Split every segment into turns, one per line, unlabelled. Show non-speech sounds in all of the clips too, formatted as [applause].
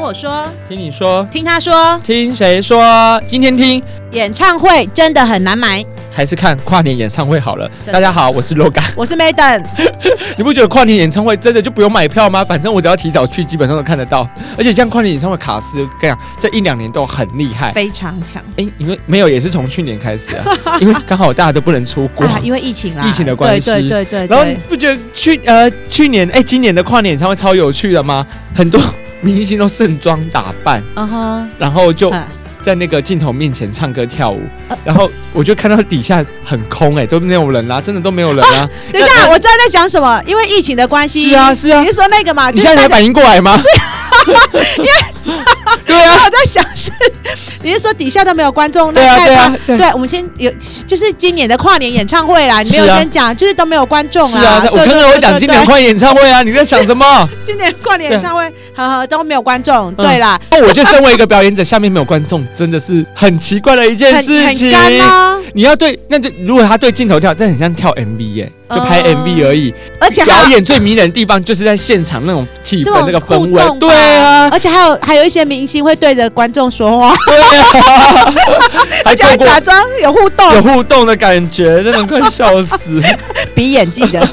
我说，
听你说，
听他说，
听谁说？今天听
演唱会真的很难买。
还是看跨年演唱会好了。
的
大家好，我是 LOGA。
我是 [laughs] Maiden，
[laughs] 你不觉得跨年演唱会真的就不用买票吗？反正我只要提早去，基本上都看得到。而且像跨年演唱会卡司，我跟你讲，这一两年都很厉害。
非常强
哎、因为没有也是从去年开始
[laughs]
啊，因为刚好大家都不能出国。
啊，因为疫情啦，
疫情的关系
对对对对
[laughs] 然后你
对，
不觉得去呃去年哎、今年的跨年演唱会超有趣的吗？很多明星都盛装打扮，
嗯哼，
然后就
嗯呃
在那个镜头面前唱歌跳舞，然后我就看到底下很空哎、都没有人啦、真的都没有人啦、
等一下，我知道在讲什么，因为疫情的关系。
是啊，是啊
你，是说那个嘛？
你
就是
现在才
大家
反应过来吗？ [laughs] 对啊，
[laughs] 我在想是，你是说底下都没有观众？那
对啊
那
对啊
那
对
对，我们先有，就是今年的跨年演唱会啦，你没有
是啊
先讲，就是都没有观众
是啊，
对
我刚
对
刚
对
我讲
对
今
对
年快演唱会啊，你在想
[laughs]
什么？
今年跨年演唱会，呵呵都没有观
嗯
众。对啦，
哦那我就身为一个表演者，下面没有观众，真的是很奇怪的一件
很
事
很
情。
干哦，
你要对，那就如果他对镜头跳，这很像跳 MV 耶、就拍
嗯
MV 而已。
而且还
表
有
演最迷人的地方就是在现场那种气
这
氛、
种
那个氛
互动
围。
吧
对啊，
[laughs] 而且还有还有一些明星会对着观众说
[laughs]
话， [laughs]
对啊，还
而且还
透过
假装有互 [laughs]
有
动，
互动的感觉，真的快笑
[laughs]
死。
比演技的。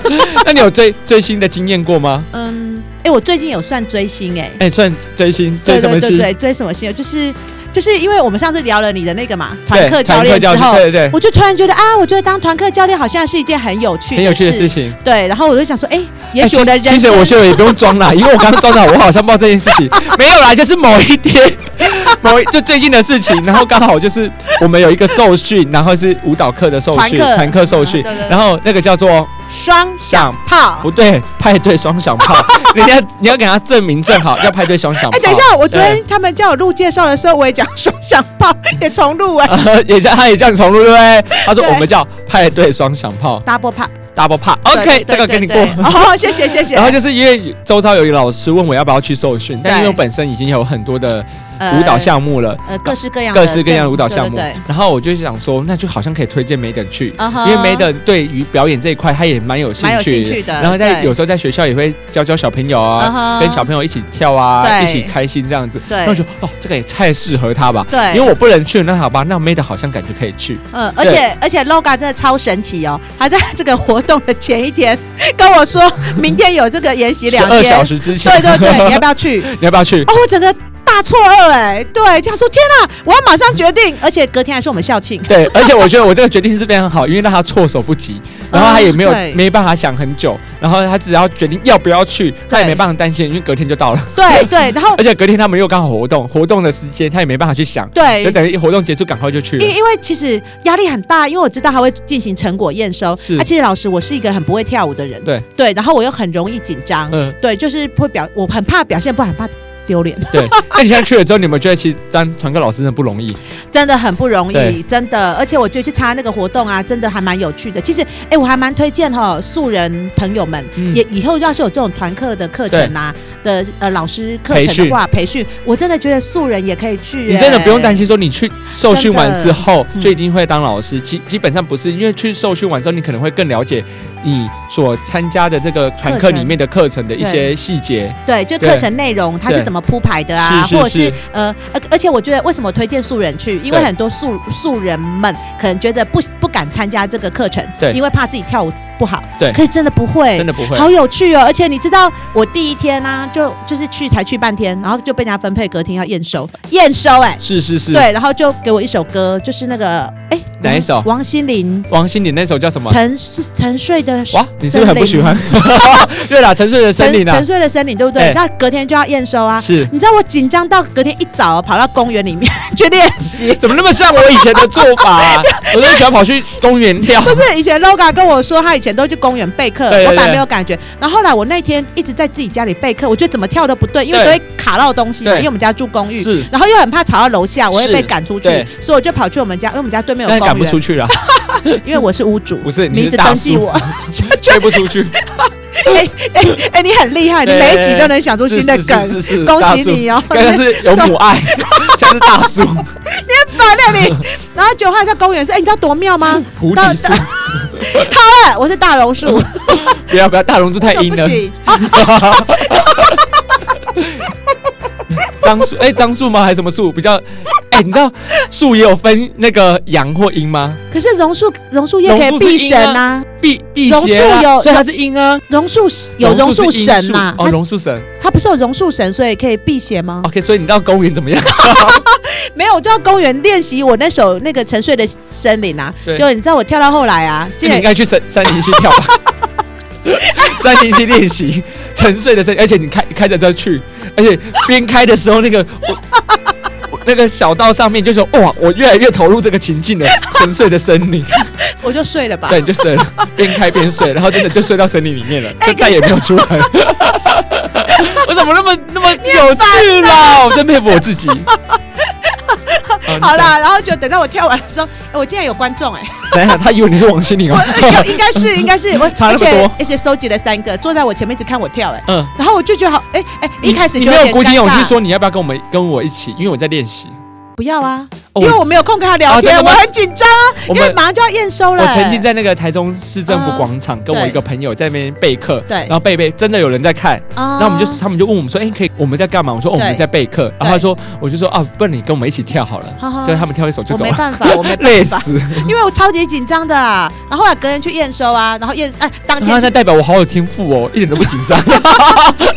那你有追追星的经验过吗？
嗯，哎、我最近有算追星哎、
哎、算追星，追什么
对
星？
对对，追什么星？就是就是因为我们上次聊了你的那个嘛，团
对
课教
团
练之后，
对对对，
我就突然觉得啊，我觉得当团课教练好像是一件很有趣
很有趣的事
情。
情。
对，然后我就想说，哎、也
哎
许我的
其
人
其实
生、
我觉得也不用装
[laughs]
啦，因为我刚刚装的，我好像不知道这件事情。没有啦，就是某一天， [laughs] 某一就最近的事情，然后刚好就是我们有一个受训，然后是舞蹈课的受训，
团课
团课受训
嗯对对，对
然后那个叫做
双响炮
不。对派对双响炮，人家你要给他证明正好要派对双响炮。
哎、等一下，我昨
对
天他们叫我录介绍的时候，我也讲双响炮，也重录哎、
呃 [laughs] 也叫他也这样重录对不对？他说
对
我们叫派对双响炮
double pop。
double pop，OK，这个给你过。
哦，谢谢谢谢。
然后就是因为周遭有一个老师问我要不要去受训，但因为
对
我本身已经有很多的
嗯
舞蹈项目了，
呃，呃各式各样的
各式各样的舞蹈项目
对对对。
然后我就想说，那就好像可以推荐 Maiden 去，
嗯
因
哼
为 Maiden 对于表演这一块他也蛮有兴
蛮有
趣
兴趣的
然后在
对
有时候在学校也会教教小朋友
嗯
啊，
哼
跟小朋友一起跳啊，
对
一起开心这样子。
对
然后我就哦，这个也太适合他吧。
对
因为我不能去，那好吧，那 Maiden 好像感觉可以去。
嗯，而
对
且而且 LOGA 真的超神奇哦，还在 [laughs] 这个活动的前一天跟我说，明天有这个研习
十
两
二
天
小，时之前，
对对
[laughs]
对，你要不要去？
你要不要去？
哦，我整个大错愕哎，对，这样说天啊，我要马上决定，而且隔天还是我们校庆，
对，而且我觉得我这个决定是非常好，因为让他措手不
[laughs]
及，然后他也没有、
嗯对
没办法想很久，然后他只要决定要不要去，他也没办法担心，因为隔天就
[laughs]
到了，
对对，然后
而且隔天他们又刚好活动，活动的时间他也没办法去想，就
对。
等于活动结束赶快就去了
因。 [laughs] 因为其实压力很大，因为我知道他会进行成果验收。
是
啊，其实老师我是一个很不会跳舞的人，
对
对，然后我又很容易紧张，
嗯，
对，就是会表，我很怕表现不好，很怕丢 [laughs] 脸，
对。那你现在去了之后，你有没有觉得其实当团课老师真的不容易？
真的很不容
对
易，真的。而且我觉得去参加那个活动啊，真的还蛮有趣的。其实，哎、我还蛮推荐哈、素人朋友们，
嗯
也以后要是有这种团课的课程啊的呃老师课
培
程
训
的话，培训，我真的觉得素人也可以去、呃
你真的不用担
心。
心说你去受训完之
真
后
的嗯
就一定会当老师，基基本上不是，因为去受训完之后，你可能会更了解你所参加的这个团课
课程
里面的课程的一
对
些细节。
对，就
对
课程内容它
是
是怎么铺排的啊，
是是
或者是
是
呃，而而且我觉得为什么推荐素人去，因为
对
很多素素人们可能觉得不不敢参加这个课程，
对
因为怕自己跳舞不好，
对
可是真的不会，
真的不会。
好有趣哦！而且你知道，我第一天呢、就就是去才去半天，然后就被人家分配隔天要验收，验收哎、
是是是，
对，然后就给我一首歌，就是那个哎、
哪一首
王王心凌
王心凌那首叫什么？
沉睡沉睡的
哇，你是不是很不喜欢？ [laughs] 对啦，沉睡的森
沉
林啊
沉，睡的森林，对不
哎
对？那隔天就要验收啊！
是
你知道我紧张到隔天一早啊跑到公园里面 [laughs] 去练习。
怎么那么像我以前的做法
[laughs]
啊？我都喜欢跑去公园跳。
不是以前 LOGA 跟我说，他以前都去公园备课，
对
我
对
本来
对
没有感觉。然后后来我那天一直在自己家里备课，我觉得怎么跳都不对，因为
对
都会卡到东西嘛，
对
因为我们家住公寓。
是，
然后又很怕吵到楼下，我会
是
被赶出去
对，
所以我就跑去我们家，因为我们家对面
但
有
是赶
公
不出
园，
去了，
因为我是屋主，
不是你
名
是
字
大
登记
叔
我。， [laughs]
[laughs] 追不出去。
哎、你很厉害，你
对
每一集都能想出新的
是
梗，
是是是，
恭
大
喜
叔
你哦！[laughs]
刚刚是有母 [laughs] 爱，现在是大 [laughs] 叔，
烦了你。然后结果后来在公园说：“哎、你知道多妙
[laughs]
吗？
菩提树，
哎我是大榕树，我
不要
[laughs]
不要，大龙珠太
说
阴
不
了，
行。
这樟树，哎，樟树吗？还是什么树比较？哎、你知道树也有分那个阳或阴吗？
可是榕树榕树叶可以
榕树是
避
阴
神
啊
呐、啊，
辟辟邪
榕树
啊，
有
所以它是阴啊。
榕树有榕树
树是阴
神
树
呐、
哦，
它
榕树神。
它不是有榕树神，所以可以避邪吗？
OK，所以你到公园怎么样？
没有，我就到公园练习我那首那个沉睡的森林啊。
对
就你知道我跳到后来啊，
你
竟
应
然
该去三三零七跳吧。三零七练习沉睡的声音，而且你开开着车去，而且边开的时候那个我我那个小道上面就说哇，我越来越投入这个情境了，沉睡的森林。
我就睡了吧。
对，你就睡了，边开边睡，然后真的就睡到森林里面了，
哎
就再也没有出来了。我怎么那么那么有
啊
趣啦？我真佩服我
[laughs]
自己。哦
好，啦，然后就等到我跳完的时候，哎我竟然有观众
[laughs]
哎、
你等一下，他以为你是王心凌哦。 [laughs]
我应该是应该是我，
差
而
那么
且
多
而且收集了三个，坐在我前面一直看我跳哎、
嗯，
然后我就觉得好哎哎、一开始
你
就
没有
点
鼓起
尴
勇气
尬
说你要不要跟我们跟我一起，因为我在练习。
不要啊，
哦
因为我没有空跟他聊
哦真
天，
的
我
吗
很紧张啊，
我
因为
们
马上就要验收了、
我曾经在那个台中市政府
嗯
广场跟我
对
一个朋友在那边备课，
对
然后背背真的有人在看，
啊
那我们就是他们就问我们说，哎，可以我们在干嘛？我说哦我们
对
在备课，然后他说我就说啊，不然你跟我们一起跳好了，
好好
就他啊们跳一首就
我
走
没
了，
办法，我没
累
办法，
死。
因为我超级紧张的、啊。然后后来隔天去验收啊，然后验哎，当
他
天
在代表我好有天赋哦，一点都不紧
[laughs]
张。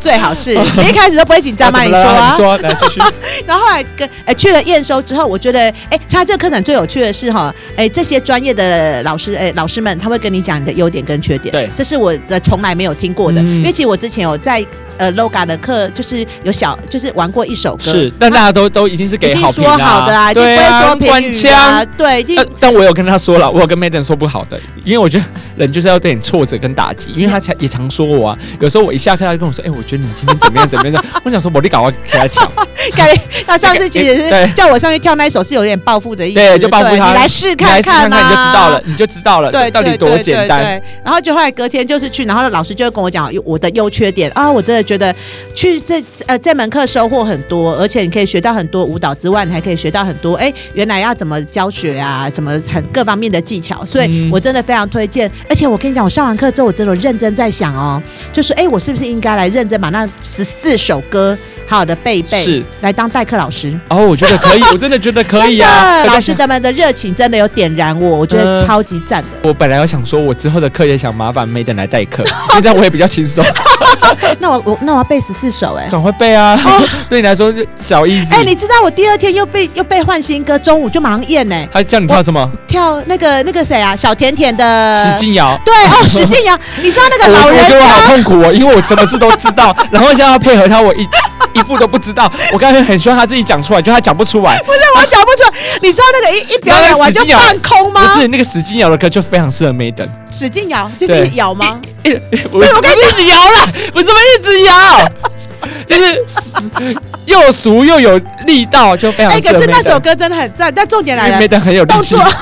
最好
[laughs]
是你一开始都不会紧张嘛，
啊
你
怎
说
么 [laughs] 了
啊
你。说啊，来继
[laughs]
续。
然后后来跟哎去了验收之后，我觉得哎，他这个科展最有趣的是哈，哎这些专业的老师哎老师们他会跟你讲你的优点跟缺点，
对
这是我的从来没有听过的，
嗯
因为其实我之前有在呃 LOGA 的课就是有小就是玩过一首歌，啊
是，但大家都都一定是给
一
好
定
评
说好的啊，一定
对
不会
啊
说，评
官
语的
腔呃
啊。，对，一定
但但我有跟他说了，我有跟 Maden 说不好的，因为我觉得人就是要对你挫折跟打击，因为他常也常说我啊，有时候我一下课他就跟我说，哎、我觉得你今天怎么样怎么样， [laughs] 我想说我你赶快给他跳，
感觉他上次其实
对
是叫我上去跳那一首是有点报复的意思，
对就报复
对
他
[laughs] 你来试
你
看
来试看
啊，
看你就知道了，。你就知道了，
对，
到底
对
多简。
对对
单。
对对然后就后来隔天就是去，然后老师就会跟我讲我的优缺点啊，我真的觉得去这呃这门课收获很多，而且你可以学到很多舞蹈之外，你还可以学到很多哎原来要怎么教学啊，怎么很各方面的技巧，所以
嗯
我真的非常推荐。而且我跟你讲，我上完课之后，我真的有认真在想哦，就是哎我是不是应该来认真把那十四首歌好好的背一背，
是
来当代课老师。
然后、我觉得
[laughs]
可以，我真的觉得可以啊。
真
我
的
在
老师
想
他们的热情真的有点燃我，我觉得
嗯
超级赞的。
我本来有想说，我之后的课也想麻烦 Maden 来代课，现在我也比较轻松，
[laughs] 那我我那我要背十四首哎、
赶快背啊。 [laughs] 对你来说小意思。
哎、你知道我第二天又被又被换新歌，中午就马上验哎、
他叫你跳什么？
跳那个那个谁啊，小甜甜的
使劲摇。
对
[laughs]
哦，石敬阳，你知道那个
我
老
我觉
人
得我好
家
痛苦哦，因为我什么事都知
[laughs]
道，然后现在要配合他，我一一步都不知道。我刚才很希望他自己讲出来，就他讲不出来。
不是我讲不出来，你知道那个一一表演完就放空吗
不？是那个使劲摇的歌就非常适
[laughs]
合 Maiden。
使劲摇就是一直摇吗？
我我刚一直摇啦， [laughs] 我怎么一直摇？就是使又熟又有力道，就非常
哎、
适合
可
Maiden。
是那首歌真的很赞，但重点来
因
了，
为 Maiden 很有力
动
气
作。 [laughs]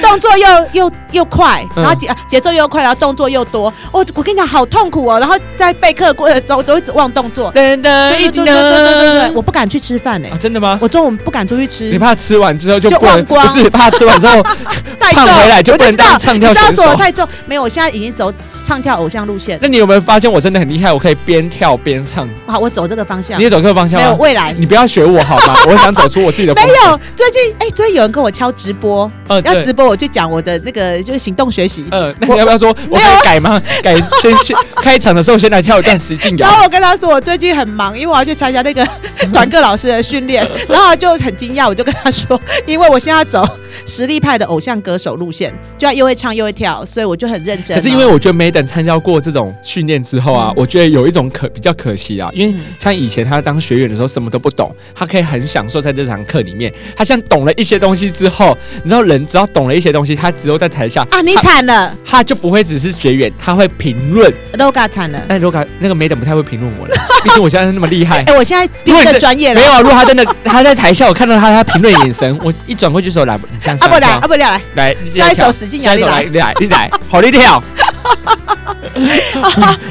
动作又又又快，
嗯
然后节啊节奏又快，然后动作又多。我、我跟你讲，好痛苦哦。然后在备课过程中，我都一直忘动作。
噔噔
对对对对对对对，我不敢去吃饭呢、欸
啊，真的吗？
我中午不敢出去吃。
你怕吃完之后就
就
不能
忘光
不是怕吃完之后 [laughs]
太重
胖回来就不能当唱跳
你知道
选
说我
手？
太重，没有，我现在已经走唱跳偶像路线。
那你有没有发现我真的很厉害？我可以边跳边唱。
好，我走这个方向
你。也走这个方向
没有
吗？
未来，
你不要学我好
[laughs]
吗？我想走出我自己的风
没
格。
有。最近哎，最近有人跟我敲直播，
呃，
要
对，
直播我就讲我的那个就是行动学习。
呃，那你要不要说我可以改
[laughs]
吗？改先先开场的时候先来跳一段实劲
然
摇。
后我跟他说我最近很忙，因为我要去参加
[laughs]
那个团课老师的训练，然后他就很惊讶，我就跟他说，因为我现在要走 [laughs] 实力派的偶像歌手路线，就要又会唱又会跳，所以我就很认真啊。
可是因为我觉得 Maiden 参加过这种训练之后啊
嗯，
我觉得有一种可比较可惜啊，因为
嗯
像以前他当学员的时候什么都不懂，他可以很享受在这堂课里面。他像懂了一些东西之后，你知道人只要懂了一些东西，他之后在台下
啊，你
他
惨了
他就不会只是学员，他会评论。
，LOGA 惨了。
但如果那个 Maiden 不太会评论我了，毕竟我现在那么厉害。
哎，我现在
如
变
果你
更
是
专业了
没。有啊，如果他真的 [laughs] 他在台下，我看到他他评论眼神，我一转过去说来，你这样
啊
上
不来
跳
啊不来来，
来，你这
下
样
一首
跳
使劲
下
摇
一
力
首来
来。
你来你来，好力
[laughs]
跳。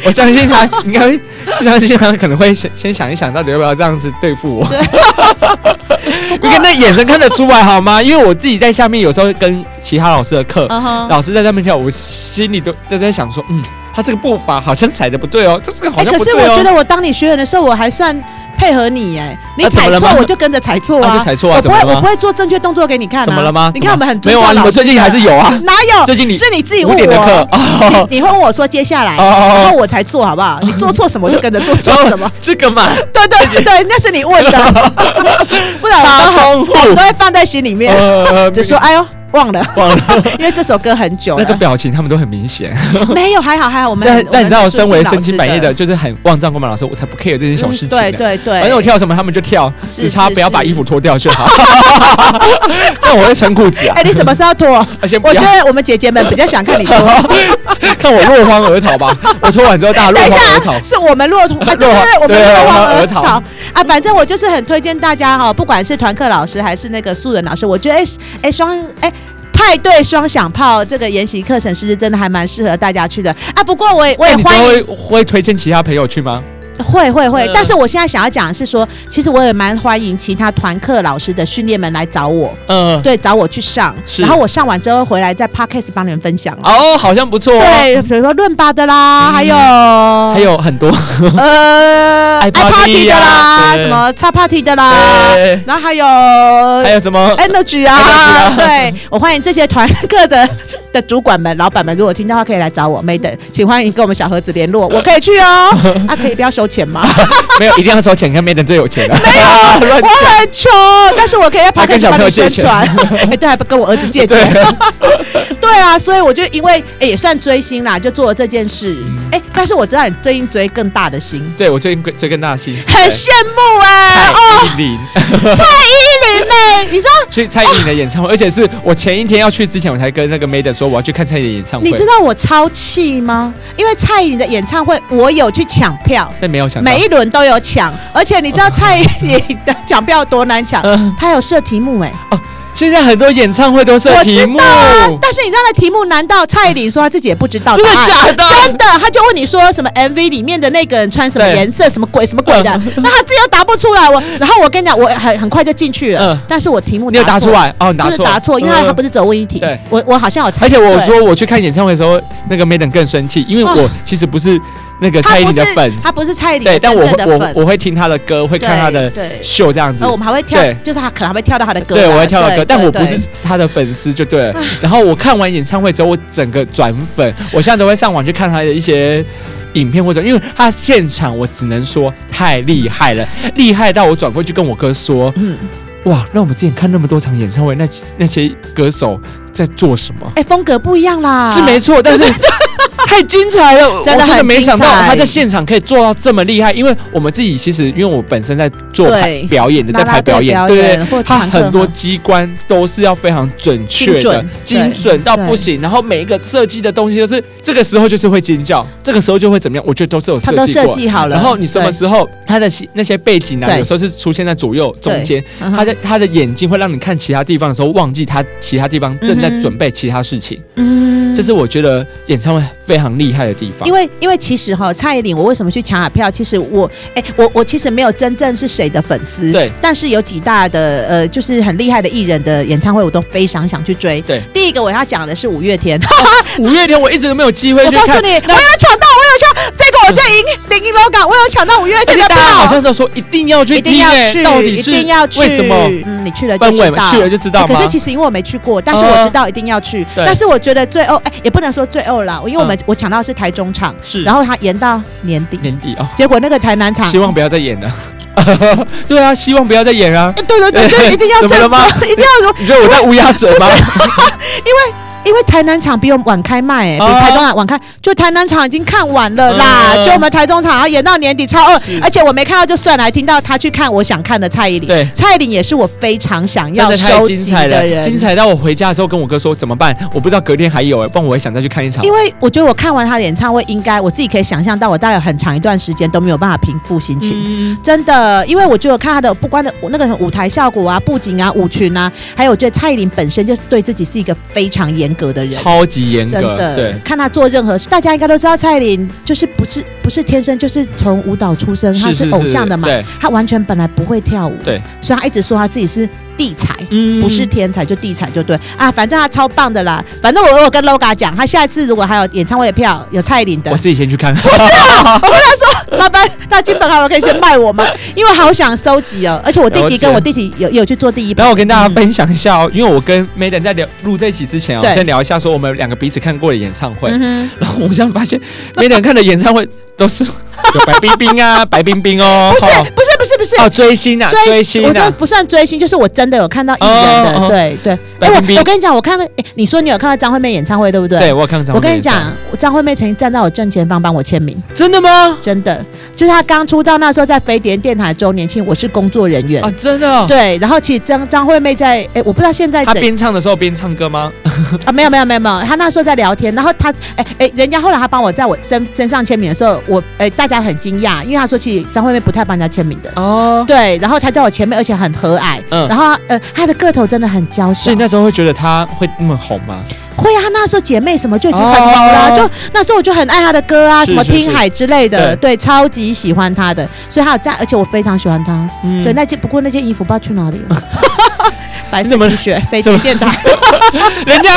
我相信他，应该会相信他可能会先先想一想，到底要不要这样子对付我。 [laughs] 你看那眼神看得出来好吗？因为我自己在下面有时候跟其他老师的课，
嗯哼，
老师在上面跳，我心里都在在想说，嗯，他这个步伐好像踩的不对哦，这这个好
哎，
像
可
不对
是
哦。
我觉得我当你学员的时候，我还算配合你耶，你
啊怎
踩
么了
错
吗
我就跟着踩错
啊
啊，
就踩错啊
我
怎
不
么
会
了吗
我不会做正确动作给你看啊，
怎么了吗？
你看我们很
没有
尊
啊，
重
你
老
们
师
最近还是有啊，
哪有？
最近你
是你自己
五
问 [laughs]
点的
我啊
课，哦，
你会问我说接下来，
哦哦哦
然后我才做好不
[laughs]
好？你做错什么我就跟着做错什么。
这个嘛，
对对对，那是你问
[laughs]
的，不然我
大
都很 [laughs]
窗户，
我都会放在心里面，
呃
只哦说哎呦忘了，
忘了
[laughs] 因为这首歌很久
那个
了。
表情，他们都很明显。
没有，还好还好，我们
但
很
但你知道，我身为身经
经
百业的，就是很望丈光芒老师，我才不 care 这些小事
嗯
情。哎
对。对对，
反正我跳什么他们就跳，
是
只差
是
不要
是
把衣服脱掉就好。 [laughs] 那我会穿裤子啊
哎，，你什么时候
[laughs]
脱？
啊先不
哎我
要
觉，得我们姐姐们比较想看你
[laughs]
脱。 [laughs]
看我落荒而逃吧。我脱完之
[laughs]
后大家落
等一
荒而
下
逃
啊，。是我们骆驼，哎对对对，我们
对
落
我
荒
们
而
儿童
逃啊！反正我就是很推荐大家哈、不管是团课老师还是那个素人老师，我觉得哎哎双哎。派对双响炮这个研习课程是真的还蛮适合大家去的啊！不过我也我也
哎那你之
欢
后
迎
会会推荐其他朋友去吗？
会会会
嗯，
但是我现在想要讲的是说，其实我也蛮欢迎其他团课老师的训练们来找我，
嗯，
对，找我去上，
是
然后我上完之后回来在 podcast 帮你们分享哦。
哦，好像不错。，
对，比如说论吧的啦，
嗯
还有
还有很多。
呃
[laughs] 爱 party
的
啊
啦，
对
什么叉 party 的啦
对，
然后还有呃
还有什么？
energy 啊，对
[laughs]
我欢迎这些团课的的主管们、老板们，如果听到的话可以来找我 m a d e n 请欢迎跟我们小盒子联
[laughs]
络，我可以去哦。啊，可以不要收钱吗？
没有，一定要收钱，看 Maiden 最有钱的。没
[laughs]
有， [laughs] 乱
我很穷，但是我可以在 p
还跟
o
小
d 帮
朋友
你
借
宣
钱 [laughs]
传，哎，对，还不跟我儿子借钱。对啊，所以我就因为哎也算追星啦，就做了这件事。哎，但是我知道你最近追更大的星，
对我最近追跟大家欣赏
很羡慕哎、哦，
蔡依林， [laughs]
蔡依林哎、你知道？
去蔡依林的演唱会， [laughs] 而且是我前一天要去之前，我才跟那个 Maiden 说我要去看蔡依林演唱会
你，知道我超气吗？因为蔡依林的演唱会，我有去抢票，
但没有想到
每一轮都有抢，而且你知道蔡依林的抢票多难抢
嗯？
她有设题目哎、
哦现在很多演唱会都设
我
题
知
目
道，啊，但是你知道那题目？难道蔡依林说她自己也不知道
真
答
的
案？
假的？
真的，他就问你说什么 MV 里面的那个人穿什么
对
颜色，什么鬼什么鬼的，
嗯
那他自己又答不出来。我，然后我跟你讲，我很很快就进去了
嗯，
但是我题目
你有答
错
出来哦，你
就
答
是
错，
答错，因为
嗯
他不是只有问一题。
对
我我好像有猜
而且我
对
说我去看演唱会的时候，那个 Maiden 更生气，因为
哦
我其实不是那个蔡
他
依
不
林的
是
粉丝，
他不是蔡依林
对，
真
但
正
我
的
我
粉，
我会听她的歌，会看她的
对，哦
秀这样子
而。我们还会跳
对，
就是他可能还会跳到他的歌啦。
对，我会跳的歌，但我
对
不是她的粉丝就对了。然后我看完演唱会之后，我整个转粉，我现在都会上网去看她的一些影片或者，因为她现场我只能说太厉害了，厉害到我转过去跟我哥说
嗯，：“
哇，那我们之前看那么多场演唱会，那那些歌手在做什么？”
哎，风格不一样啦，
是没
[laughs]
错，但是太精彩了，
啊真的
我真的
很
没想到
精彩
他在现场可以做到这么厉害。因为我们自己其实，因为我本身在做排
对
表演的，在
拉拉
排
队
表演，
表
对对
演或
对，
者
他
团课
很多
哈
机关都是要非常准确的、
精准
精准到不行。然后每一个设计的东西，就是这个时候就是会尖叫，这个时候就会怎么样，我觉得都是有
他
设
都
计
设
过。
计好了。
然后你什么时候他的那些背景啊，
对
有时候是出现在左右中间，
对嗯哼
他的他的眼睛会让你看其他地方的时候，忘记他其他地方正在
嗯哼
准备其他事情。
嗯
这是我觉得演唱会非常厉害的地方。
因
为
为因为其实哈，蔡依林，我为什么去抢她票？其实我哎、我我其实没有真正是谁的粉丝，
对。
但是有几大的呃，就是很厉害的艺人的演唱会，我都非常想去追。
对，
第一个我要讲的是五月天，
五月天我一直都没有机
[laughs]
会
我
去
告诉
看，
你，我有抢到，我有抢，这个我就赢，零一 logo，我有抢到五月
而
天
且
的
大
票，
家好像都说一定要去
一定
听、
要
欸，
去，
到底
一
是
定要去，
为什么
嗯，你去了就
氛
知
围
道哎
嘛？去了就知道
可
吗
是？其实因为我没去过，但是
哦
我知道一定要去。
对嗯
但是我觉得最哦，哎、也不能说最哦啦，因为我们、我抢到的是台中场，
是
然后他延到年底，
年底哦，
结果那个台南场
希望不要再演了。 [laughs] 对啊，希望不要再演
[laughs]
啊！
哎对对
[laughs]
对，就是一定要
怎
这
么了
样
吗，
一定要如，
你觉得我在乌鸦嘴吗？
因为台南场比我们晚开卖、哎、
哦
比台中场晚开，就台南场已经看完了啦，
嗯
就我们台中场要延到年底超二
是，
而且我没看到就算了，还听到他去看我想看的蔡依林， [laughs]
对
蔡依林也是我非常想
真
要
的太
收
精
集
彩
的
了，
人，
精彩到我回家的时候跟我哥说怎么办？我不知道隔天还有哎、不然我也想再去看一场
因。为我觉得我看完他的演唱会，应该我自己可以想象到，我大概有很长一段时间都没有办法平复心情。
嗯，
真的，因为我觉得我看他的不光的那个舞台效果啊、布景啊、舞裙啊，还有我觉得蔡依林本身就是对自己是一个非常严格的人，
超级严
真
格，
的
对，，
看他做任何事，大家应该都知道蔡依林就是不是不是天生就是从舞蹈出身，她
是
是偶像的嘛，
对，
她完全本来不会跳舞，
对，
所以她一直说她自己是地才。
嗯
不是天才就地才就对啊，反正他超棒的啦。反正我我有跟 LOGA 讲，他下一次如果还有演唱会的票，有蔡依林的
我，自己先去看。 [laughs]
麻烦到金本卡拉可以先卖我吗？因为好想收集哦，而且我弟
了
弟
解
跟我弟弟有有去做第一排。
然后我跟大家分享一下哦，因为我跟 Maden 在聊录这一集之前哦，
对
先聊一下说我们两个彼此看过的演唱会。
嗯
然后我现在发现 Maden 看的演唱会都
[laughs]
是有白冰冰啊，白冰冰哦，
哼，不
哦
是不是不是不是。
哦追星啊，追星
我这
啊，
不算追星，就是我真的有看到艺人的，
哦哦
对对。
白
哎，
冰冰
我我跟你讲，我看到，哎，你说你有看到张惠妹演唱会，对不对？
对。我有看张
我
惠妹
跟你
演唱会，
讲，张惠妹曾经站在我正前方帮我签名，
真的吗？
真的，就是她刚出道那时候在飞碟电台周年庆，我是工作人员。
啊，真的哦。
对，然后其实张张惠妹在，哎，我不知道现在
他
怎
边唱的时候边唱歌吗？
啊，没有没有没有没有，他那时候在聊天，然后他哎哎，人家后来他帮我在我身身上签名的时候，我哎大家很惊讶，因为他说其实张惠妹不太帮人家签名的，
哦，
对，然后他在我前面，而且很和蔼，
嗯
然后他呃他的个头真的很娇小
所以，那时候会觉得他会那么红吗？
会啊，她那时候姐妹什么就已经很红了，
哦
就那时候我就很爱她的歌啊，
是
什么
是是
听海之类的，对，超级喜欢她的，所以她有在，而且我非常喜欢她，
嗯
对，那件不过那件衣服不知道去哪里
[laughs]
了，白色
怎么
T 恤，飞
怎
机
么
电台。[laughs]
人家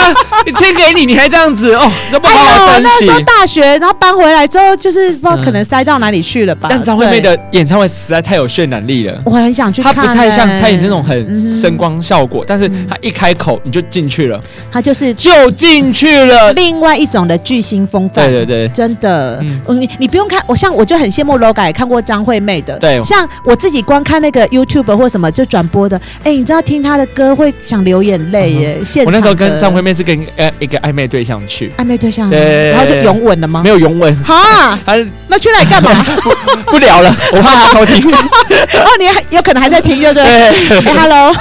签给你，你还这样子哦，这不好
哎
好
呦，
珍
那时候
惜。
大学，然后搬回来之后，就是不知道
嗯
可能塞到哪里去了吧。
但张惠妹
对，
的演唱会实在太有渲染力了。
我很想去
她
看、
不太像
哎
蔡依林那种很
嗯
声光效果，但是
嗯
她一开口你就进去了，
她就是
就进去了。
另外一种的巨星风范。
呃对对对，
真的，
嗯
嗯你你不用看，我像我就很羡慕 LOGA 也看过张惠妹的，
对
像我自己光看那个 YouTube 或什么就转播的，哎，你知道听她的歌会想流眼泪耶，现
嗯我
场
那时候跟
的
张惠妹是跟呃一个暧昧对象去，
暧昧对象，啊
对对对对
然后就拥吻了吗
没？有拥吻，
哈，
她是
那去那里干
[laughs]
嘛？
不聊了，我怕她偷听。
哦，你还有可能还在听，对不 [laughs] 对？
对，
哎、h e l [laughs] l o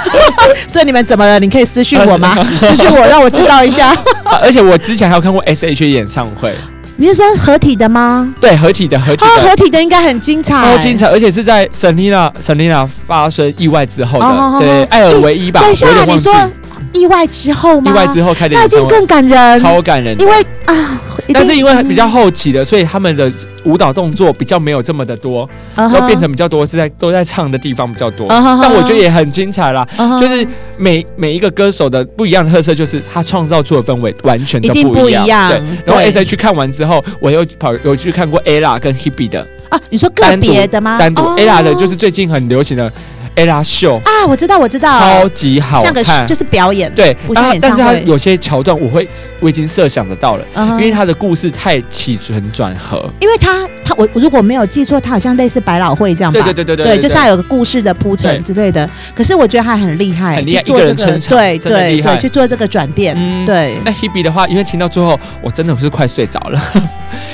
所以你们怎么了？你可以私讯我吗？私讯我，让我知道一下。
啊而且我之前还有看过 S.H.E 演唱会，
[laughs] 你是说合体的吗？
对，合体的合体
哦，
的
合体的应该很精彩，
超精。彩，而且是在 Selina Selina 发生意外之后
哦好好
的，对，
好
艾尔唯一吧，
等
我
一下
有，点
你
忘记
说，意外之后吗？
意外之后开的
那一
演
定
唱会
更感人，
超感人的
因。为啊，一定
但是因为比较后期的，所以他们的舞蹈动作比较没有这么的多，
嗯
都变成比较多是在都在唱的地方比较多。
嗯哼
但我觉得也很精彩啦，
嗯哼
就是每每一个歌手的不一样的特色，就是他创造出的氛围完全
一
都
定不
不
一
一样。
样
对，然后
对
S H 看完之后，我又跑有去看过 Ella 跟 Hebe 的
啊，你说个
单独
别的吗？
单独
哦
Ella 的就是最近很流行的 Ella 秀，
啊，我知道，我知道
超，级好
像个
看
就。是表演，
对，
不像
但
演唱
但是它
会
有些桥段我会我已经设想得到了，
嗯哼，
因为它的故事太起承转合。
因为他他我我如果没有记错，他好像类似百老汇这样吧？
对对对对对
对，就是他有个故事的铺陈
对
之类的。可是我觉得他很厉害，
很厉害
去做
一个人
这个
撑场
对
真的
对
厉害
对，去做这个转变，
嗯。
对，
那 Hebe 的话，因为听到最后，我真的是快睡着了，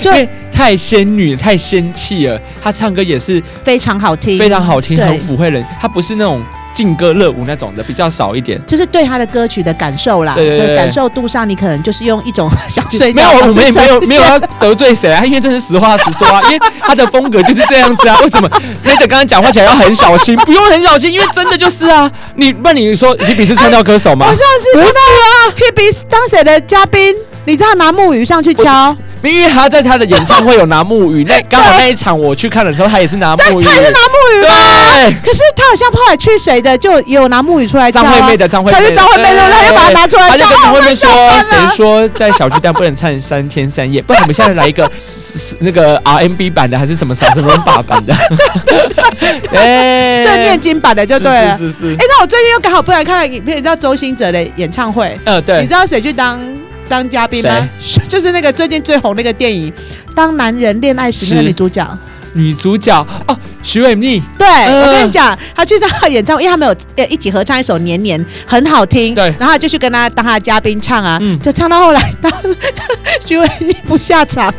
就
[laughs] 因为太仙女、太仙气了。她唱歌也是
非常好听，
非常好听，
对
很抚慰人。她不是那种劲歌热舞那种的，比较少一点。
就是对他的歌曲的感受啦，
对对对对
感受度上，你可能就是用一种 [laughs] 想睡
没
觉
有，
的
我们也没有
[laughs] 方式
没有要得罪谁啊，因为这是实话实说啊，因为她的风格就是这样子啊。为什么 Nate 刚刚讲话起来要很小心？不用很小心，因为真的就是啊。你不然你说 Hebe 是唱跳歌手吗
[laughs] 我？上次不是啊，Hebe 当谁的嘉宾？你知道拿木鱼上去敲，
因为她在她的演唱会有拿木鱼，那刚好那一场我去看的时候，她也是拿木鱼
他。也是拿木鱼吗？
对，
可是他好像后来去谁的，就也有拿木鱼出来敲
张
啊
惠妹的张惠妹
他
的，
就张惠妹的，他就把它拿出来
[laughs] 他就
敲
跟
啊
张惠妹说
我们：“上班
谁
了
说在小巨蛋不能唱三天三夜？不然我们现在来
[laughs]
一个那个 RMB 版的，还是什么啥什么爸版
[laughs]
的？”哎，
对念经版的就对了。
是是是是
哎、，那我最近又刚好不然看了影片，叫周兴哲的演唱会，
呃，
你
对
知，道谁去当当嘉宾吗？就是那个最近最红那个电影《当男人恋爱时》那个
是
女主角。
女主角哦，徐伟宁，
对、
嗯
我跟你讲，她去上演唱会，因为他们有呃一起合唱一首《年年》，很好听。
对
然后她就去跟她当她的嘉宾唱啊，
嗯
就唱到后来，当 [laughs] 徐伟宁不下
[laughs]
场，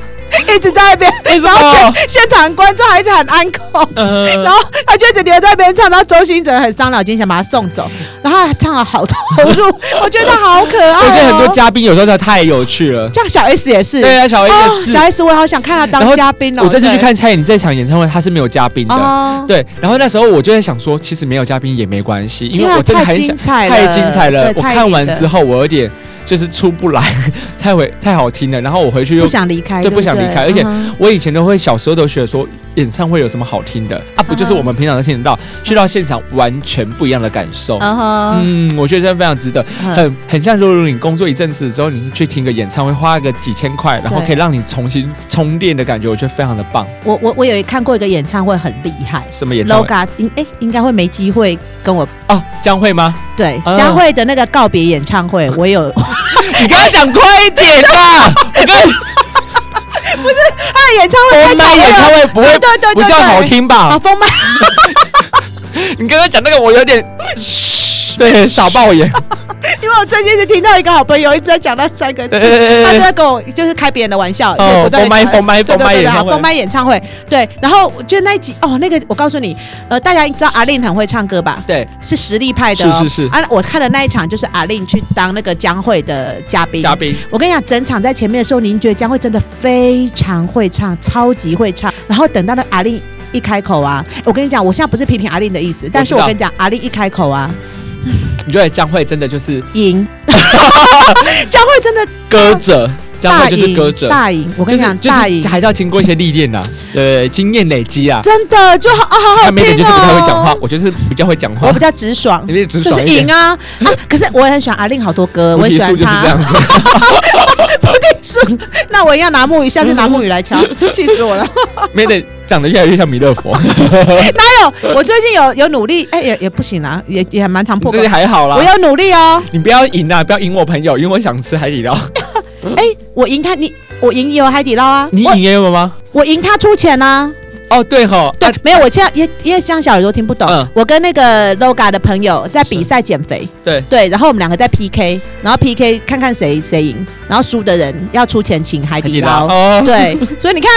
一直在那边，
为什
然后
么？
全现场观众还在喊 uncle。
呃，
[laughs] 然后 [laughs] 他就一直留在那边唱，然后周兴哲很伤脑筋，想把他送走，然后他唱了好投入， [laughs] 我觉得他好可爱、哦。
嗯我觉得很多嘉宾有时候真的太有趣了。
像小 S 也是，
对啊，小 S
哦
也是
小。S 我也好想看他
然
当
后
嘉宾哦。
我这次去
对
看蔡依林这场演唱会，她是没有嘉宾的。
哦，
对，然后那时候我就在想说，其实没有嘉宾也没关系，因为
他
我真的
太
很想
精。彩了，
太精彩了！
对
我
蔡依
看
林
完
的
之后，我有点就是出不来， [laughs] 太回太好听了。然后我回去又
不，想离开，
对
对，
不想离开而且
嗯哼
我以前都会小时候都学说演唱会有什么好听的啊？不就是
嗯哼
我们平常能听得到，去到现场完全不一样的感受。
嗯哼，
嗯，我觉得真的非常值得，
嗯
很很像，如果你工作一阵子之后，你去听个演唱会，花个几千块，然后
对
可以让你重新充电的感觉，我觉得非常的棒。
我我我有看过一个演唱会，很厉害
什么演唱会
，LOGA 应哎应该会没机会跟我
啊？将
[laughs]
会吗？
对
哦
佳慧的那个告别演唱会，我 [laughs] 有
你跟他讲快一点啦！ [laughs] 我跟
他的演唱会
封
开
麦
场
演唱
我有
会不会
对对对
不
对
叫好听吧
啊，？封麦
你刚刚讲那个，我有点对傻爆
[laughs]
眼。
[laughs] 因为我最近就听到一个好朋友一直在讲那三个字，
呃呃呃呃
他就在跟我就是开别人的玩笑，
哦
就不断地
封麦
讲
封麦
对对
封麦
对对
演唱会
封麦演唱会，对，然后我觉得那一集哦，那个我告诉你，呃，大家知道阿令很会唱歌吧？
对，
是实力派的哦、
是是是
啊，我看的那一场就是阿令去当那个江蕙的嘉宾。
嘉宾
我跟你讲，整场在前面的时候，您觉得江蕙真的非常会唱，超级会唱。然后等到那阿令一开口啊，我跟你讲，我现在不是批评阿令的意思，但是
我知道
我跟你讲，阿令一开口啊，
你觉得将会真的就是 [laughs]
赢。江蕙真的
歌者，将
大
会就
赢，
是歌者，
大赢。我跟
就
你讲
是，就
大赢
是还是要经过一些历练呐，啊对，经验累积啊。
真的就好啊，好好
他
听
没点就是不太会讲话
哦，
我就是比较会讲话
我比，较直爽
你。得直
就
爽
是
一
赢
点。
啊
[laughs]
啊！可是我也很喜欢阿令好多歌，我
问
也
题
喜欢
数就是这
他。
样
[laughs]
子，
那我一样拿木鱼，下次拿木鱼来
[laughs]
敲，气死我了。
没得长得越来越像弥勒
[laughs]
佛，
哪有？我最近有有努力，哎、也也不行啦，也也蛮常破功
你这。里还好啊啦
我。有努力哦，
你不要赢啊，不要赢我朋友，因为我想吃海底捞。
哎、我赢他，你我赢也有海底捞啊，
你
我
赢也有吗？
我赢他出钱啊。
哦，对吼，
对，没有，我现在因为因为江小耳朵听不懂，
嗯
我跟那个 LOGA 的朋友在比赛减肥，
对
对，然后我们两个在 PK，然后 PK 看看谁谁赢，然后输的人要出钱请海
海
底
底
捞
捞。。哦，
对，
[laughs]
所以你看，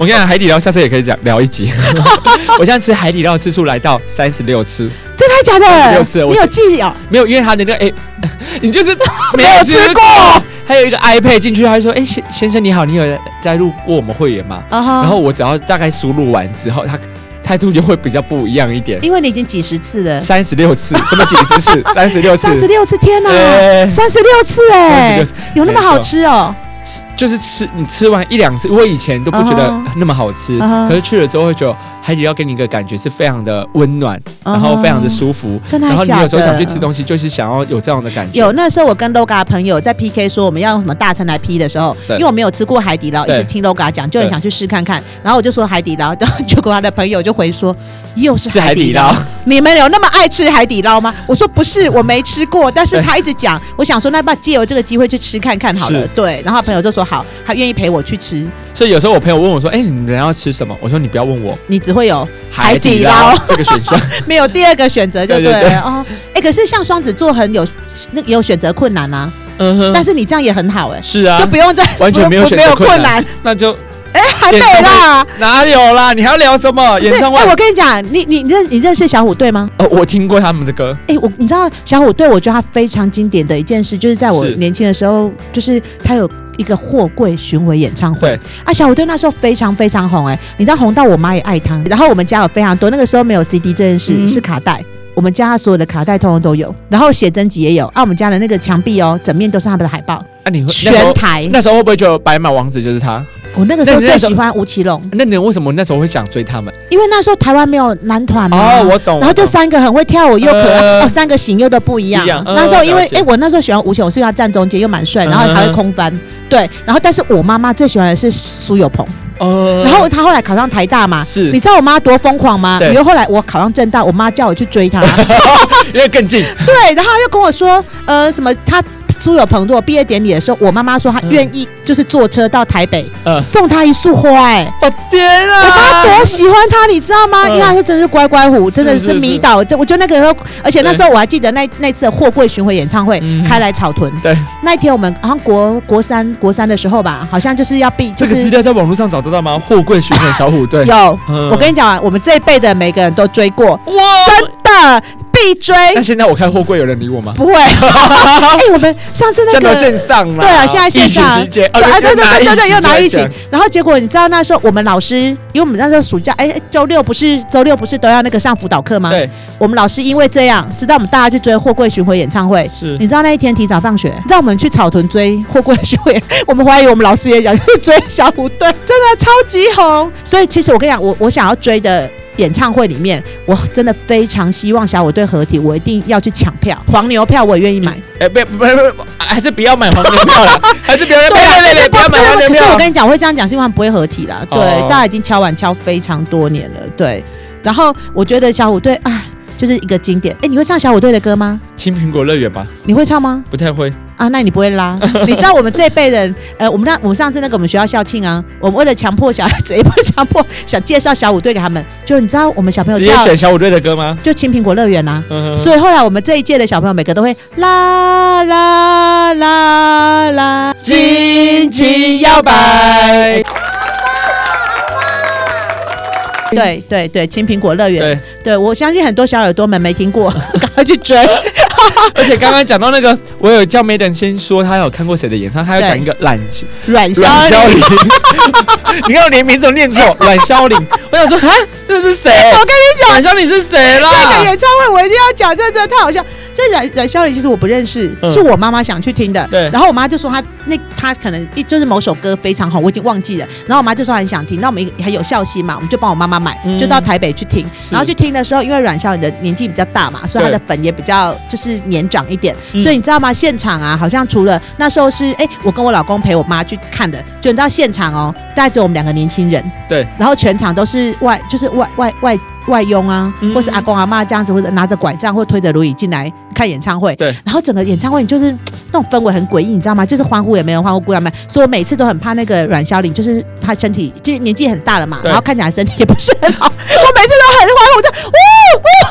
我跟你讲，海底捞下次也可以讲聊一集。 [laughs] 我现在吃海底捞的次数来到三十六次，
真的假
没
的
有是？我
你有记哦？
没有，因为他的那个哎、 [laughs]
[laughs]
你就是没
有吃过。哦
还有一个 iPad 进去，他就说：“哎、先先生你好，你有加入过我们会员吗？”
啊哈
然后我只要大概输入完之后，他态度就会比较不一样一点。
因为你已经几十次了，
三十六次，什么几十次？三十六次
三，十六次，天哪！
对
三十六次哎、
36次
有那么好吃哦、
吃就是吃你吃完一两次，我以前都不觉得
嗯哼
那么好吃
嗯哼
可是去了之后会觉得海底捞给你一个感觉是非常的温暖然后非常的舒服。
嗯真的
然
还
后你
假的？
有时候想去吃东西，就是想要有这样的感觉。
有那时候我跟 LOGA 朋友在 PK 说我们要用什么大餐来 P 的时候，
对
因为我没有吃过海底捞，一
对
直听 LOGA 讲，就很
对
想去试看看。然后我就说海底捞， [laughs] 然后结果他的朋友就回说又是
是
海
海
底
底
捞
捞，
你们有那么爱吃海底捞吗？我说不是，我没吃过，但是
对
他一直讲，我想说那不然借由这个机会去吃看看好了
是。
对，然后他朋友就说好，他愿意陪我去吃。
所以有时候我朋友问我说：“哎、你们要吃什么？”我说：“你不要问我，
你只会有
[laughs]
海底
海
捞
底 [laughs] 这个
[laughs]
选项。
没有第二个选择就对了
对对对
哦。哎、可是像双子座很有那也有选择困难啊，”
嗯 [laughs] 哼，
但是你这样也很好哎、
是啊
就，不用再
完全没有
不
选
不没
择
有困
困
难
难，那就
哎还没啦。
哪有啦？你还要聊什么？演唱会
哎、？我哎跟你讲，你你你认你认识小虎队吗？
哦，我听过他们的歌，
哎、我你知道小虎队，我觉得他非常经典的一件事，就是在我
是
年轻的时候，就是他有一个货柜巡回演唱会
对。
啊，小虎队那时候非常非常红哎、你知道红到我妈也爱他。然后我们家有非常多，那个时候没有 CD 这件事，
嗯
是卡带。我们家所有的卡带通通都有，然后写真集也有。啊，我们家的那个墙壁哦，整面都是他们的海报，
那、啊你会那时
全
候
台。
那时候会不会觉得白马王子就是他？
我那个时候
那你那
最
时候
喜欢吴奇隆，
那你为什么那时候会想追他们？
因为那时候台湾没有男团嘛。
哦，我懂。
然后就
我懂
三个很会跳舞又可爱，
呃
哦，三个型又都不一样。
一样呃
那时候因为
了解
哎、我那时候喜欢吴奇隆，是因为他站中间又蛮帅，然后
嗯哼
还会空翻。对，然后但是我妈妈最喜欢的是苏有朋，
呃
然后他后来考上台大嘛。
是
你知道我妈多疯狂吗？
对
因为后来我考上正大，我妈叫我去追
[laughs]
她，
因为更近，
对，然后她就跟我说，呃，什么她苏有朋如果毕业典礼的时候，我妈妈说她
嗯
愿意就是坐车到台北、
嗯
送她一束花、哎，
我、
[laughs] 我
天
妈
啊！
多喜欢他，你知道吗？
嗯
因为他就真的是乖乖虎，真的
是
是
是
迷倒。这我觉得那个时候，而且那时候我还记得那那次的货柜巡回演唱会
嗯
开来草屯，
对，
那一天我们好像国国三国三的时候吧，好像就是要避，就
这个资
是
料在网络上找得到吗？货柜巡回小虎队。
有。
嗯
我跟你讲啊，我们这一辈的每个人都追过，
哇，
真的。毕必追，
那现在我开货柜，有人理我吗？
不
[laughs]
会。 [laughs] 哎，我们上次那
现在哦
个
都线上了，
对啊，现在线上
疫情期间，
对啊，对对对对对，又拿疫
一
情，然后结果你知道那时候我们老师，因为我们那时候暑假，哎，周六不是周六不是都要那个上辅导课吗？，
对，
我们老师因为这样，知道我们大家去追货柜巡回演唱会。
是
你知道那一天提早放学，让我们去草屯追货柜巡回， [laughs] 我们怀疑我们老师也想去追小虎队，真的超级红。所以其实我跟你讲，我我想要追的演唱会里面，我真的非常希望小虎队合体，我一定要去抢票，黄牛票我也愿意买。
哎，不不不，还是不要买黄牛票
[laughs]
了，还是不 [laughs] 要，不要不要不要买黄牛
啊可是我
票。
跟你讲，我会这样讲，是因为他们不会合体啦。对，
哦
大家已经敲碗敲非常多年了。对，然后我觉得小虎队啊，就是一个经典。哎，你会唱小虎队的歌吗？
青苹果乐园吧，
你会唱吗？
不太会。
啊，那你不会
[laughs]
拉？你知道我们这一辈人，呃，我们那我们上次那个我们学校校庆啊，我们为了强迫小孩子，也不是强迫，想介绍小虎队给他们，就你知道我们小朋友
直接
跳
选小虎队的歌吗？
就青苹果乐园啊。
嗯哼，
所以后来我们这一届的小朋友，每个都会啦啦啦啦，
紧紧摇摆。
对对对，青苹果乐园，
对，
对我相信很多小耳朵们没听
[laughs]
过，赶快去追。
而且刚刚讲到那个，我有叫 Maiden 先说他有看过谁的演唱，他要讲一个懒
阮小
阮
玲
萧 [laughs] 林，哎你看我连名字都念 [laughs] 错，阮萧林。我想说啊，这是谁？
我跟你讲
阮萧林是谁啦？
这个演唱会我一定要讲，这真的太好笑。这阮阮萧林其实我不认识，
嗯
是我妈妈想去听的。
对
然后我妈就说她那她可能一就是某首歌非常好，我已经忘记了。然后我妈就说她很想听，那我们也很有孝心嘛，我们就帮我妈妈买，
嗯
就到台北去听。
是
然后去听的时候，因为阮萧林的年纪比较大嘛，所以她的粉也比较就是年长一点。
嗯
所以你知道吗？现场啊，好像除了那时候是哎、我跟我老公陪我妈去看的，就你知道现场哦，大概只有我们两个年轻人。
对，
然后全场都是外，就是外外外外佣啊，
嗯
或是阿公阿妈这样子，或者拿着拐杖或推着轮椅进来看演唱会。
对，
然后整个演唱会你就是那种氛围很诡异，你知道吗？就是欢呼也没人欢呼，鼓掌没有，所以我每次都很怕那个阮小玲，就是她身体就是年纪很大了嘛，
对
然后看起来身体也不是很好，我每次都很欢呼，我就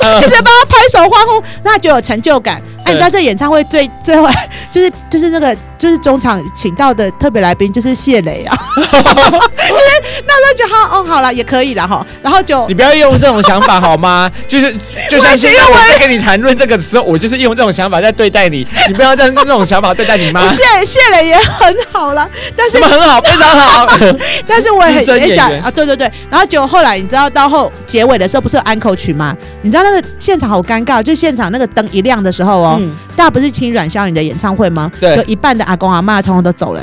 呃
呜
[laughs]
呜，一直帮她拍手欢呼，那就有成就感。哎、
对
你知道这演唱会最 [laughs] 最后来就是就是那个就是中场请到的特别来宾就是谢磊
[laughs]
啊，就是那时候就好哦好了也可以了哈，然后就
你不要用这种想法好吗？就是就像现在我在跟你谈论这个时候，我就是用这种想法在对待你，你不要再用这种想法对待你 [laughs] 妈。
谢谢了也很好了，但
什
是
么很好，非常 [laughs] 好。
但是我也
资深
很
演
也想
员
啊，对对对，然后结果后来你知道到后结尾的时候不是有安口曲吗？你知道那个现场好尴尬，就现场那个灯一亮的时候哦，
嗯
大家不是听阮萧颖的演唱会吗？
对
就一半的阿公阿妈通通都走了、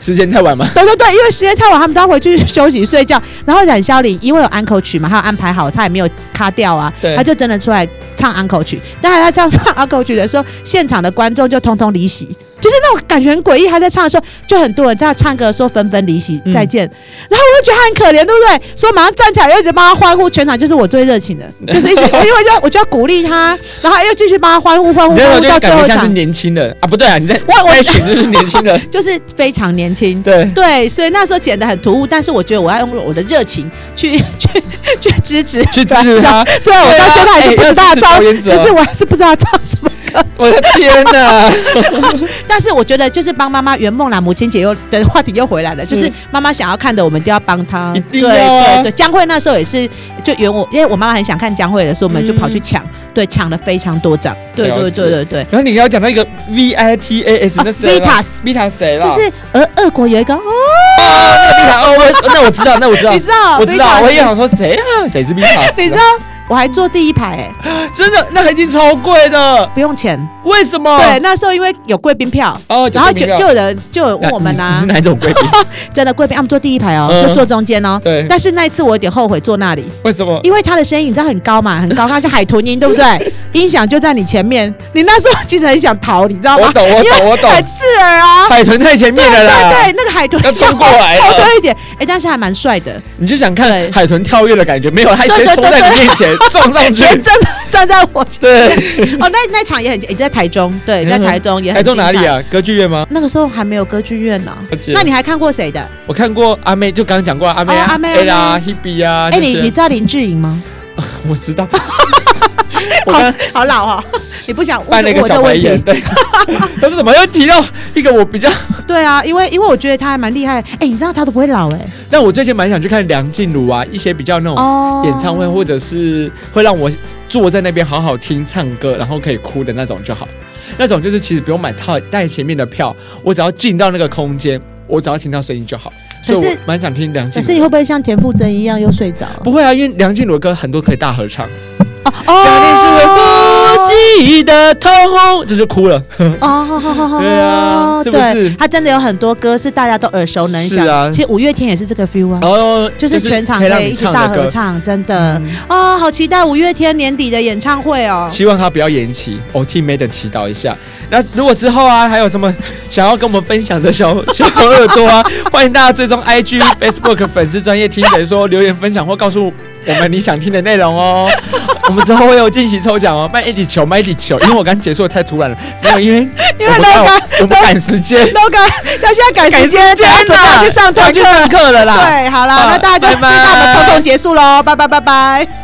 时间太晚吗？
对对对，因为时间太晚，他们都要回去休息睡觉。然后阮萧玲因为有安口曲嘛，他有安排好，他也没有卡掉啊
对，
他就真的出来唱安口曲。但是他这样唱安口曲的时候，现场的观众就通通离席，就是那种感觉很诡异。他在唱的时候，就很多人在唱歌的时候纷纷离席、
嗯
再见。然后我就觉得他很可怜，对不对？所以我马上站起来，我一直帮他欢呼，全场就是我最热情
[laughs]
的，就是一直我因为就我就要鼓励他，然后又继续帮他欢呼欢呼
你那
欢
时候
呼到
就
最
感觉
后一
像是
场，
年轻人啊，不对啊， [laughs] 你在
我
那一
我
群就是年轻人。
就是非常年轻。
[laughs] 对，
[laughs] 对，所以那时候剪得很突兀，但是我觉得我要用我的热情去 [laughs] 去去支持，
去支持他。
[laughs] 虽然我到现在还是不知道他唱，
对啊哎要支持表演
[laughs]
者
可是我还是不知道他唱什么。
我的天哪！
但是我觉得就是帮妈妈圆梦啦，母亲节又的话题又回来了，
是
就是妈妈想要看的，我们就要帮她。
一定
对
要啊
对对，江蕙那时候也是就圆我，因为我妈妈很想看江蕙的，所以我们就跑去抢，对，抢了非常多张。对
了
对
解
对对对。
[laughs]
啊
然后你要讲到一个 V I T A S，那谁啦
Vitas
Vita 谁啦？
就是俄俄国有一个哦，
啊，那个 Vita，
[laughs]
哦，我那我知道，那我知道
啊你，知道？
我知道，
Vitas
我也想说谁啊？谁是 Vita？
[laughs] 你知道？我还坐第一排哎、
真的，那已经超贵的，
不用钱。
为什么？
对，，那时候因为有贵宾票，
哦，
然后
就
就就有人就有
那
问我们啊呐、
你是你是哪一
[laughs]
种贵宾？
真的贵宾，啊我们坐第一排哦，
嗯
就坐中间哦。
对，哦
但是那一次我有点后悔坐那里，
为什么？
因为他的 [laughs] 声音你知道很高嘛，很高，他是海豚音，对不
[laughs]
对？音响就在你前面，你那时候其实很想逃，你知道
我
吗？
懂，我
因为
懂，哦我懂，
很刺耳啊。
海豚太前面了啦，
对对，那个海豚
要冲过来
后
了，
退一点，哎，但是还蛮帅
[laughs]
的，
你就想看
对
海豚跳跃的感觉，没有，它
对
直
对
接冲
对
在你
对
面
[laughs]
前撞上去
全，站站在我
对，
哦，那那场也很也在台中，对，
嗯
在台中也很
台中哪
精
里
彩？
啊？歌剧院吗？
那个时候还没有歌剧院呢。
而且
那你还看过谁的？
我看过阿妹，就刚刚讲过阿妹
哦
啊
阿妹
A 啦
阿
[laughs] ，Hebe 啊，
哎，
这
你
些
[laughs] 你知道林志颖吗？
我知道，我刚
[laughs] 好好老哦，你不想
翻了一个
我的
小白
问题
眼，？对， [laughs] 但是怎么又提到一个我比较？
对啊，因为因为我觉得他还蛮厉害，哎、你知道他都不会老哎、
但我最近蛮想去看梁静茹啊，一些比较那种
哦
演唱会，或者是会让我坐在那边好好听唱歌，然后可以哭的那种就好。那种就是其实不用买套带前面的票，我只要进到那个空间，我只要听到声音就好。
可
所
是
以我蛮想听梁
可
静
是你会
茹。
不会像田馥甄一样又睡着？
不会啊，因为梁静茹的歌很多可以大合唱。
哦
家里是 [laughs] 会呼吸的痛，这就哭了。
哦，
对啊是不是
对他真的有很多歌是大家都耳熟能详。
是啊
其实五月天也是这个 feel 啊。
然后
就是全场
可以
可
让
以一
你
起
唱
大
的
合
歌，
唱，真的
嗯
哦，好期待五月天年底的演唱会哦。
希望他不要延期，我替 Maiden 祈祷一下。那如果之后啊，还有什么想要跟我们分享的小小耳朵啊，欢迎大家追踪 IG、Facebook 粉丝专业听谁说留言分享或告诉我们你想听的内容哦。我们之后会有惊喜抽奖哦，卖一滴球，卖一滴球，因为我刚结束的太突然了，没有，因为
因为
我们
那个
赶我们赶时间，
都该他现在赶时间，他
赶时间啊
准备要去上
我
团
要去上
课。
课了啦。
对，好啦，
好
那大家就知
拜拜
道我们抽中结束喽，拜拜拜拜。